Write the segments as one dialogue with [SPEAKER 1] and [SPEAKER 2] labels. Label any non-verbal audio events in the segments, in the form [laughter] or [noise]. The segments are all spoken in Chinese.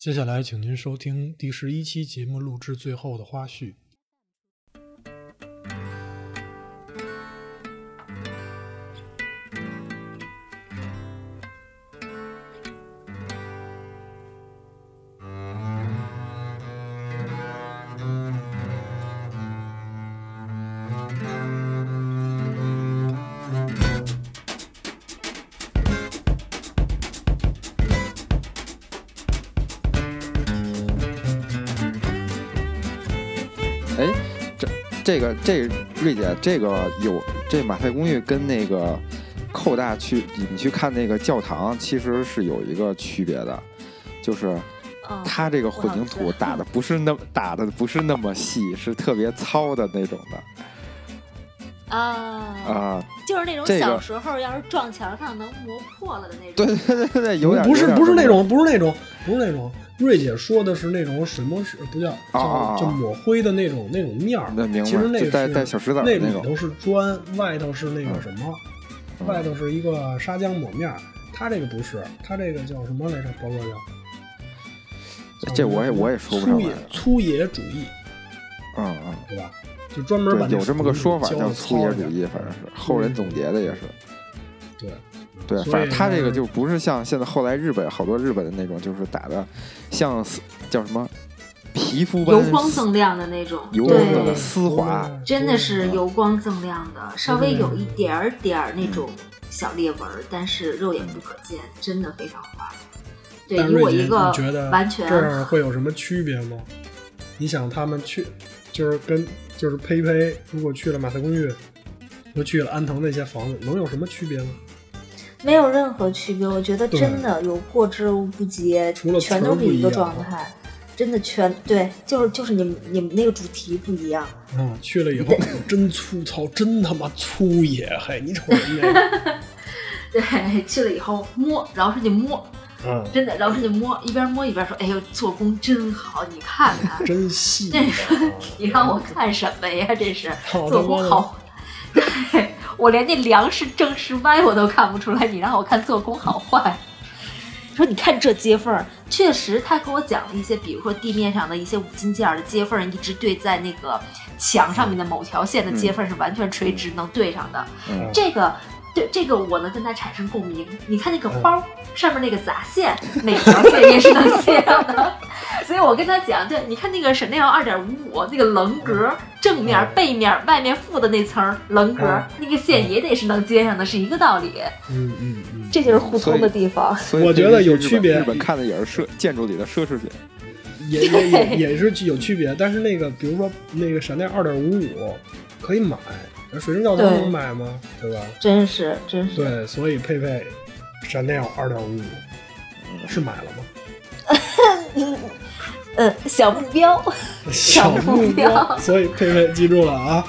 [SPEAKER 1] 接下来，请您收听第十一期节目录制最后的花絮。
[SPEAKER 2] 哎，这这个这个、瑞姐，这个有这马赛公寓跟那个寇大去你们去看那个教堂，其实是有一个区别的，就是
[SPEAKER 3] 哦，
[SPEAKER 2] 它这个混凝
[SPEAKER 3] 我
[SPEAKER 2] 土
[SPEAKER 3] [laughs] 好知道
[SPEAKER 2] 打的不是那么打的不是那么细，是特别糙的那种的
[SPEAKER 3] 啊，
[SPEAKER 2] 啊、
[SPEAKER 3] 就是那种
[SPEAKER 2] 这个
[SPEAKER 3] 小时候要是撞墙上能磨破了的那
[SPEAKER 2] 对
[SPEAKER 3] 种。
[SPEAKER 2] 对对对对，有点
[SPEAKER 1] 不是
[SPEAKER 2] 有点
[SPEAKER 1] 不是那种不是那种不是那种，瑞姐说的是那种水墨水，不叫
[SPEAKER 2] 啊
[SPEAKER 1] 叫
[SPEAKER 2] 啊啊
[SPEAKER 1] 叫抹灰的那种那种面儿。
[SPEAKER 2] 那明白，
[SPEAKER 1] 其实那
[SPEAKER 2] 就带
[SPEAKER 1] 是
[SPEAKER 2] 带小石子儿
[SPEAKER 1] 那
[SPEAKER 2] 的
[SPEAKER 1] 里
[SPEAKER 2] 种，
[SPEAKER 1] 头是砖，外头是那个什么，
[SPEAKER 2] 嗯
[SPEAKER 1] 外头是一个砂浆抹面儿。它这个不是，它这个叫什么来着？包哥叫
[SPEAKER 2] 这我也我也说不上
[SPEAKER 1] 粗
[SPEAKER 2] 来
[SPEAKER 1] 野，粗野主义，
[SPEAKER 2] 嗯嗯。
[SPEAKER 1] 对吧？就专门把
[SPEAKER 2] 对，
[SPEAKER 1] 那
[SPEAKER 2] 有这么个说法
[SPEAKER 1] 胶
[SPEAKER 2] 叫粗野
[SPEAKER 1] 糙一
[SPEAKER 2] 主
[SPEAKER 1] 点
[SPEAKER 2] 义，反正是后人总结的也是。
[SPEAKER 1] 对嗯
[SPEAKER 2] 对，
[SPEAKER 1] 所以
[SPEAKER 2] 反正他这个
[SPEAKER 1] 呢
[SPEAKER 2] 就不是像现在后来日本好多日本的那种，就是打的像丝叫什么皮肤般
[SPEAKER 3] 油光锃亮的那种，
[SPEAKER 2] 油光
[SPEAKER 3] 对，嗯
[SPEAKER 2] 锃亮的丝滑，
[SPEAKER 3] 真的
[SPEAKER 1] 嗯
[SPEAKER 3] 是油光锃亮的，稍微有一点儿点儿那种小裂纹儿，但是肉眼不可见，真的非常滑。对，
[SPEAKER 1] 但
[SPEAKER 3] 以我
[SPEAKER 1] 瑞姐，
[SPEAKER 3] 一个
[SPEAKER 1] 你觉得
[SPEAKER 3] 完全
[SPEAKER 1] 这儿会有什么区别吗？你想他们去，就是跟就是呸呸，如果去了马赛公寓，又去了安藤那些房子，能有什么区别吗？
[SPEAKER 3] 没有任何区别，我觉得
[SPEAKER 1] 对
[SPEAKER 3] 真的有过之而无不及，
[SPEAKER 1] 除了
[SPEAKER 3] 全
[SPEAKER 1] 词儿
[SPEAKER 3] 都是一个
[SPEAKER 1] 不一样啊
[SPEAKER 3] 状态，真的全对，就是就是你们你们那个主题不一样，
[SPEAKER 1] 啊，去了以后真粗糙，真他妈粗野，嘿，你瞅人家，
[SPEAKER 3] 对，去了以后摸，然后说你摸，
[SPEAKER 1] 嗯，
[SPEAKER 3] 真的，然后说你摸，一边摸一边说，哎呦，做工真好，你看看，
[SPEAKER 1] 真细
[SPEAKER 3] 这
[SPEAKER 1] 啊、
[SPEAKER 3] 你让 [laughs] 我看什么呀？这是
[SPEAKER 1] 好
[SPEAKER 3] 做
[SPEAKER 1] 的
[SPEAKER 3] 工好，对我连那粮食正是歪我都看不出来，你让我看做工好坏。说你看这接缝儿，确实他给我讲了一些，比如说地面上的一些五金件儿的接缝儿，一直对在那个墙上面的某条线的接缝儿是完全垂直能对上的。
[SPEAKER 2] 嗯
[SPEAKER 3] 这个对这个我能跟他产生共鸣。你看那个包、
[SPEAKER 1] 嗯
[SPEAKER 3] 上面那个杂线，每条线也是能接上的。 [laughs] 所以我跟他讲，对，你看那个 Chanel 二点五五那个棱格，正面
[SPEAKER 1] 嗯、
[SPEAKER 3] 背面、外面附的那层儿棱格
[SPEAKER 1] 嗯，
[SPEAKER 3] 那个线也得是能接上的，是一个道理。
[SPEAKER 1] 嗯嗯嗯，
[SPEAKER 3] 这就是互
[SPEAKER 2] 通
[SPEAKER 3] 通
[SPEAKER 2] 的
[SPEAKER 3] 的地方。
[SPEAKER 2] 所以
[SPEAKER 1] 我
[SPEAKER 2] 这
[SPEAKER 1] 觉得
[SPEAKER 2] 就是
[SPEAKER 1] 有
[SPEAKER 2] 日本
[SPEAKER 1] 区别
[SPEAKER 2] 日本看的也是奢建筑里的奢侈品，
[SPEAKER 1] 也也也也是有区别，但是那个比如说那个闪电二点五五可以买，那水晶教堂
[SPEAKER 3] 对
[SPEAKER 1] 能买吗？对吧？
[SPEAKER 3] 真是，真是，
[SPEAKER 1] 对，所以佩佩闪电二点五五是买了吗？
[SPEAKER 3] 嗯，小目标。
[SPEAKER 1] 小目
[SPEAKER 3] 目
[SPEAKER 1] 标，
[SPEAKER 3] 标
[SPEAKER 1] 所以佩佩记住了啊。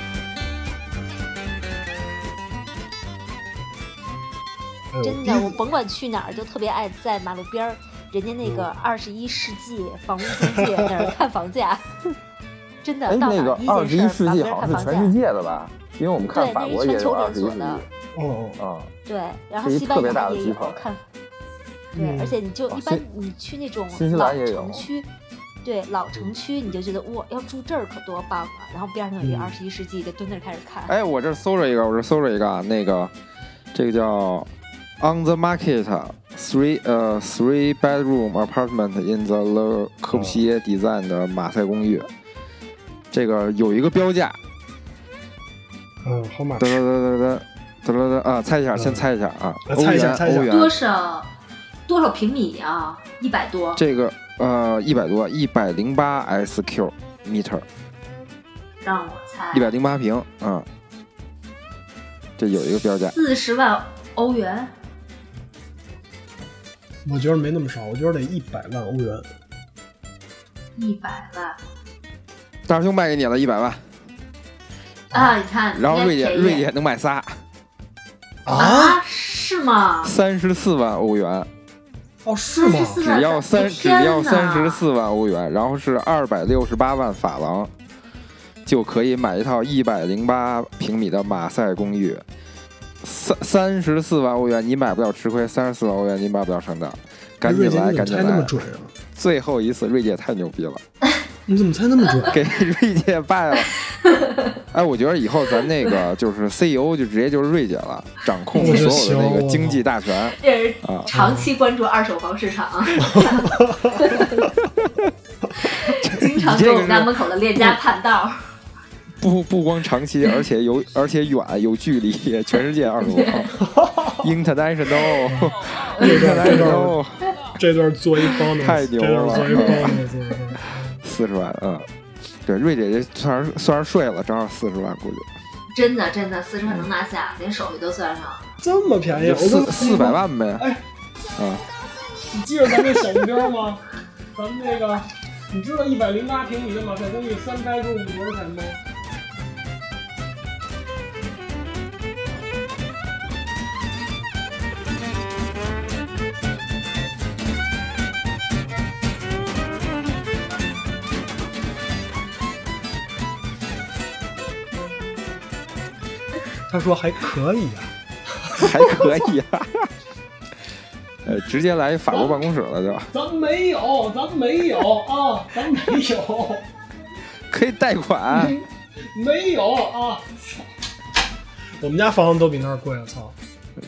[SPEAKER 4] 嗯
[SPEAKER 1] 哎呦
[SPEAKER 3] 真的，我甭管去哪儿，就特别爱在马路边儿，人家那个
[SPEAKER 4] 嗯
[SPEAKER 3] 二十一世纪房屋中介那儿看房价， [laughs] 真的
[SPEAKER 4] 哎，
[SPEAKER 3] 到
[SPEAKER 4] 那
[SPEAKER 3] 哪
[SPEAKER 4] 个
[SPEAKER 3] 儿第一
[SPEAKER 4] 二十一
[SPEAKER 3] 件事
[SPEAKER 4] 世
[SPEAKER 3] 儿马路边儿看
[SPEAKER 4] 纪好像是
[SPEAKER 3] 房
[SPEAKER 4] 全世
[SPEAKER 3] 价，
[SPEAKER 4] 界的吧？因为我们看
[SPEAKER 3] 对
[SPEAKER 4] 法
[SPEAKER 3] 那是
[SPEAKER 4] 国
[SPEAKER 3] 全
[SPEAKER 4] 也有
[SPEAKER 3] 球
[SPEAKER 4] 二十一
[SPEAKER 3] 连锁
[SPEAKER 4] 世纪
[SPEAKER 3] 的
[SPEAKER 4] 啊
[SPEAKER 1] 哦哦，
[SPEAKER 4] 嗯
[SPEAKER 3] 对，然后
[SPEAKER 4] 是一
[SPEAKER 3] 西班
[SPEAKER 4] 特别大
[SPEAKER 3] 牙
[SPEAKER 4] 的
[SPEAKER 3] 也
[SPEAKER 4] 集
[SPEAKER 3] 有
[SPEAKER 4] 团
[SPEAKER 3] 看，对
[SPEAKER 1] 嗯，
[SPEAKER 3] 而且你就
[SPEAKER 4] 哦
[SPEAKER 3] 一般
[SPEAKER 4] 新
[SPEAKER 3] 你去那种
[SPEAKER 4] 新西
[SPEAKER 3] 老
[SPEAKER 4] 兰也有
[SPEAKER 3] 城区。对老城区，你就觉得哇，要住这儿可多棒啊！然后边上有一
[SPEAKER 1] 嗯
[SPEAKER 3] 二十一世纪的，蹲那儿开始看。
[SPEAKER 2] 哎，我这儿搜着一个，我这儿搜着一个啊，那个这个叫 On the Market Three 呃 Three Bedroom Apartment in the Le Corbusier Design 的马赛公寓，这个有一个标价，
[SPEAKER 1] 嗯，好马
[SPEAKER 2] 得得得得得得得啊！猜一下，
[SPEAKER 1] 嗯
[SPEAKER 2] 先猜一下啊！
[SPEAKER 1] 啊
[SPEAKER 2] 欧
[SPEAKER 1] 猜一下
[SPEAKER 2] 元
[SPEAKER 1] 猜一下
[SPEAKER 2] 欧元
[SPEAKER 3] 多少多少平米啊？一百多。
[SPEAKER 2] 这个呃一百多，一百零八 SQ meter，
[SPEAKER 3] 让我猜，
[SPEAKER 2] 一百零八平啊。这有一个标价，
[SPEAKER 3] 四十万欧元。
[SPEAKER 1] 我觉得没那么少，我觉得得一百万欧元。
[SPEAKER 3] 一百万
[SPEAKER 2] 大师兄卖给你了一百万，
[SPEAKER 3] 啊！你看，
[SPEAKER 2] 然后瑞姐
[SPEAKER 3] 人家
[SPEAKER 2] 瑞
[SPEAKER 3] 便宜
[SPEAKER 2] 姐能买仨，
[SPEAKER 3] 啊，是吗？
[SPEAKER 2] 三十四万欧元，
[SPEAKER 1] 哦，是吗
[SPEAKER 3] 三？十四
[SPEAKER 2] 只要三只
[SPEAKER 3] 天
[SPEAKER 2] 要
[SPEAKER 3] 哪
[SPEAKER 2] 三十四万欧元，然后是二百六十八万法郎，就可以买一套一百零八平米的马赛公寓。三三十四万欧元你买不了吃亏，三十四万欧元你买不了上当，赶紧
[SPEAKER 1] 瑞姐
[SPEAKER 2] 来，
[SPEAKER 1] 你
[SPEAKER 2] 赶
[SPEAKER 1] 怎
[SPEAKER 2] 紧
[SPEAKER 1] 么猜那么
[SPEAKER 2] 来！
[SPEAKER 1] 准啊？
[SPEAKER 2] 最后一次，瑞姐太牛逼了，
[SPEAKER 1] 你怎么猜那么
[SPEAKER 2] [laughs]
[SPEAKER 1] 准？啊
[SPEAKER 2] 给瑞姐败
[SPEAKER 1] [laughs]
[SPEAKER 2] 了。哎，我觉得以后咱那个就是 CEO 就直接就是瑞姐了，掌控
[SPEAKER 1] 我就
[SPEAKER 2] 所有的那
[SPEAKER 1] 行
[SPEAKER 2] 个
[SPEAKER 1] 我
[SPEAKER 2] 经济大权
[SPEAKER 3] 这是
[SPEAKER 2] 啊！
[SPEAKER 3] 长期关注二手房
[SPEAKER 2] [laughs]
[SPEAKER 3] 市场，经常
[SPEAKER 2] 你这个
[SPEAKER 3] 跟我们家门口的链家盘道。
[SPEAKER 2] [laughs] 不不光长期，而且有而且远有距离，全世界二十五号
[SPEAKER 1] [laughs]
[SPEAKER 2] ，international
[SPEAKER 1] 这段这段
[SPEAKER 2] international
[SPEAKER 1] 这段做一帮的，
[SPEAKER 2] 太牛
[SPEAKER 1] 这段做一
[SPEAKER 2] 了
[SPEAKER 1] 帮的，做一
[SPEAKER 2] [laughs]
[SPEAKER 1] 帮的。
[SPEAKER 2] [laughs] 四十万啊、嗯！对，瑞姐姐算是算是睡了，正好四十万，估计
[SPEAKER 3] 真的真的，四川能拿下，连手续都算上。
[SPEAKER 1] 这么便宜，
[SPEAKER 2] 就
[SPEAKER 1] 哎我
[SPEAKER 2] 四
[SPEAKER 1] 都
[SPEAKER 2] 四百。万呗。
[SPEAKER 1] 哎
[SPEAKER 2] 啊，
[SPEAKER 1] 你记着咱这小目标吗？咱们这个，你知道一百零八平米的马赛公寓三开入五多少钱吗？他说还可以啊，
[SPEAKER 2] 还可以啊。 [laughs] 呃，直接来法国办公室了就，
[SPEAKER 1] 咱们没有，咱们没有啊，咱们没有。
[SPEAKER 2] 可以贷
[SPEAKER 1] [laughs]
[SPEAKER 2] 款。
[SPEAKER 1] 没有啊！我们家房子都比那儿贵，我操！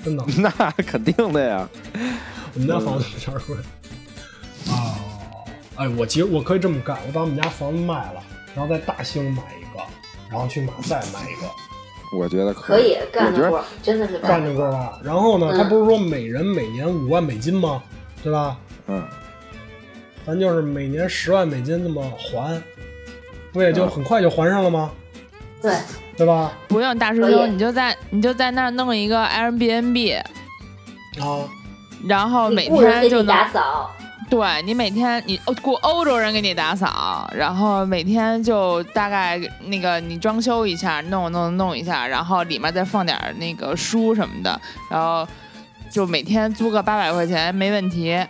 [SPEAKER 1] 真的， [laughs]
[SPEAKER 2] [laughs] 那肯定的呀，
[SPEAKER 1] 我们家房子比那儿贵。哦，哎，我其实我可以这么干，我把我们家房子卖了，然后在大兴买一个，然后去马赛买一个，
[SPEAKER 2] [laughs] 我觉得
[SPEAKER 3] 可以干
[SPEAKER 2] 我觉
[SPEAKER 3] 得
[SPEAKER 2] 得
[SPEAKER 3] 过，真的是
[SPEAKER 1] 干
[SPEAKER 3] 得
[SPEAKER 1] 这个吧。然后呢，
[SPEAKER 3] 嗯
[SPEAKER 1] 他不是说每人每年五万美金吗？对吧？
[SPEAKER 2] 嗯，
[SPEAKER 1] 咱就是每年十万美金这么还，不也就很快就还上了吗？
[SPEAKER 3] 对，
[SPEAKER 1] 对吧？
[SPEAKER 4] 不用大师
[SPEAKER 3] 可以
[SPEAKER 4] 兄，你就在你就在那儿弄一个 Airbnb，
[SPEAKER 1] 啊，
[SPEAKER 4] 然后每
[SPEAKER 3] 你雇人
[SPEAKER 4] 天
[SPEAKER 3] 给
[SPEAKER 4] 就
[SPEAKER 3] 你
[SPEAKER 4] 能
[SPEAKER 3] 打扫，
[SPEAKER 4] 对你每天你哦雇欧洲人给你打扫，然后每天就大概那个你装修一下，弄弄弄一下，然后里面再放点儿那个书什么的，然后就每天租个八百块钱没问题，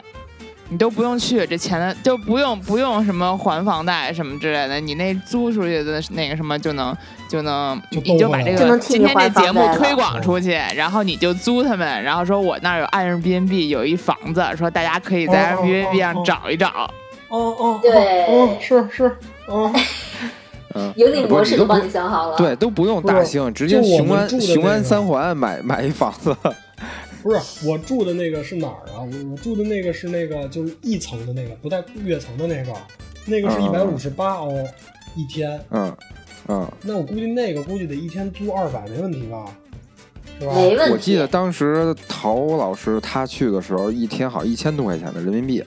[SPEAKER 4] 你都不用去这钱的就不用不用什么还房贷什么之类的，你那租出去的那个什么就能就能
[SPEAKER 1] 就
[SPEAKER 4] 你就把
[SPEAKER 1] 够
[SPEAKER 4] 这
[SPEAKER 1] 了
[SPEAKER 3] 就能
[SPEAKER 4] 个
[SPEAKER 3] 替
[SPEAKER 4] 今
[SPEAKER 3] 你
[SPEAKER 4] 天这
[SPEAKER 3] 还
[SPEAKER 4] 节目
[SPEAKER 3] 房贷了
[SPEAKER 4] 推广出
[SPEAKER 1] 哦
[SPEAKER 4] 去，然后你就租他们，然后说我那儿有 Airbnb 有一房子，说大家可以在
[SPEAKER 1] 哦哦哦
[SPEAKER 4] Airbnb
[SPEAKER 1] 哦
[SPEAKER 4] 上找一找。
[SPEAKER 1] 哦哦，
[SPEAKER 3] 对
[SPEAKER 1] 嗯，是是，嗯。
[SPEAKER 2] 嗯，
[SPEAKER 3] 盈利模
[SPEAKER 2] 不是
[SPEAKER 3] 式
[SPEAKER 2] 你
[SPEAKER 3] 都
[SPEAKER 2] 都不
[SPEAKER 3] 帮你想好了。
[SPEAKER 2] 对，都不用大兴，直接
[SPEAKER 1] 就我
[SPEAKER 2] 雄
[SPEAKER 1] 们
[SPEAKER 2] 安
[SPEAKER 1] 住的
[SPEAKER 2] 雄
[SPEAKER 1] 那
[SPEAKER 2] 安
[SPEAKER 1] 个
[SPEAKER 2] 三环买买一房子，
[SPEAKER 1] 不是，我住的那个是哪儿啊？我我住的那个是那个就是一层的那个，不带跃层的那个，那个是一百
[SPEAKER 2] 嗯
[SPEAKER 1] 五十八欧一天。
[SPEAKER 2] [laughs] 嗯嗯，
[SPEAKER 1] 那我估计那个估计得一天租二百没问题吧？是吧？
[SPEAKER 3] 没问题。
[SPEAKER 2] 我记得当时陶老师他去的时候，一天好像一千多块钱的人民币，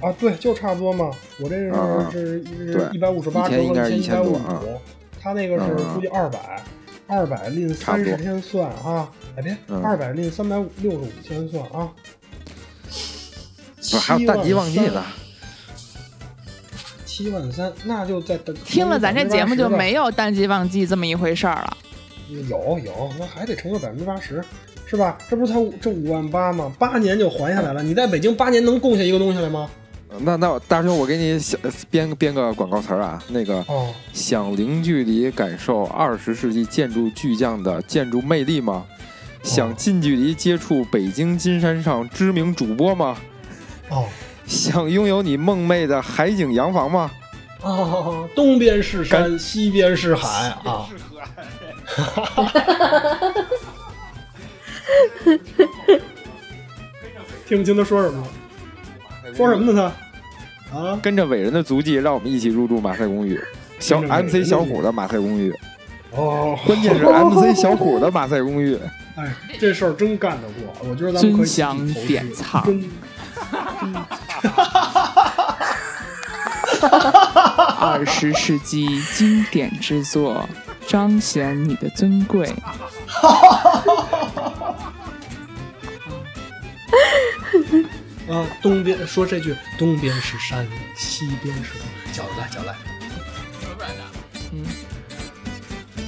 [SPEAKER 1] 啊，对，就差不多嘛。我这是、
[SPEAKER 2] 嗯嗯
[SPEAKER 1] 是是
[SPEAKER 2] 对
[SPEAKER 1] 一百五十八
[SPEAKER 2] 一
[SPEAKER 1] 乘
[SPEAKER 2] 天应该是
[SPEAKER 1] 一百
[SPEAKER 2] 1000
[SPEAKER 1] 五
[SPEAKER 2] 多
[SPEAKER 1] 十
[SPEAKER 2] 嗯
[SPEAKER 1] 五，他那个是
[SPEAKER 2] 嗯嗯
[SPEAKER 1] 估计二百，二百另
[SPEAKER 2] 差
[SPEAKER 1] 三
[SPEAKER 2] 不多
[SPEAKER 1] 十天算啊，哎别，
[SPEAKER 2] 嗯
[SPEAKER 1] 二百另三百六十五天算啊。
[SPEAKER 2] 不是还有淡季旺季呢。
[SPEAKER 1] 七万三，那就在等。
[SPEAKER 4] 听了咱这节目就
[SPEAKER 1] 80%吧
[SPEAKER 4] 没有淡季旺季这么一回事儿了。
[SPEAKER 1] 有有，那还得乘个百分之八十，是吧？这不是才五这五万八吗？八年就还下来了。你在北京八年能供下一个东西来吗？
[SPEAKER 2] 那那我大兄，我给你想编个编个广告词儿啊，那个
[SPEAKER 1] 哦，
[SPEAKER 2] 想零距离感受二十世纪建筑巨匠的建筑魅力吗？想近距离接触北京金山上知名主播吗？
[SPEAKER 1] 哦
[SPEAKER 2] 想拥有你梦寐的海景洋房吗？
[SPEAKER 1] 哦，东边是山，西边是海啊！听不清他说什么了？说什么呢他？啊，
[SPEAKER 2] 跟着伟人的足迹，让我们一起入住马赛公寓。小
[SPEAKER 1] 跟着伟人的
[SPEAKER 2] MC 小虎的马赛公寓，
[SPEAKER 1] 哦，
[SPEAKER 2] 关
[SPEAKER 1] [laughs]
[SPEAKER 2] 键是 MC 小虎的马赛公寓。
[SPEAKER 1] 哎，这事儿真干得过，我觉得咱们可以
[SPEAKER 4] 真香
[SPEAKER 1] 集体投
[SPEAKER 4] 点
[SPEAKER 1] 资
[SPEAKER 4] 菜
[SPEAKER 1] 真哦
[SPEAKER 4] 二十世纪经典之作，彰显你的尊贵。
[SPEAKER 1] 啊，东边说这句，东边是山，西边是脚来脚来，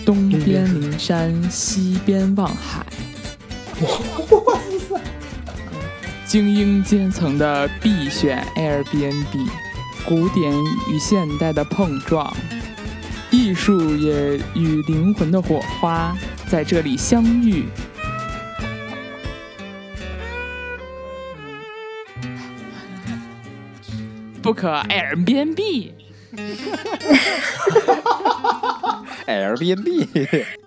[SPEAKER 4] 东边临山，西边望海。精英阶层的必选 Airbnb，古典与现代的碰撞，艺术也与灵魂的火花在这里相遇。不可 Airbnb。
[SPEAKER 2] 哎 Airbnb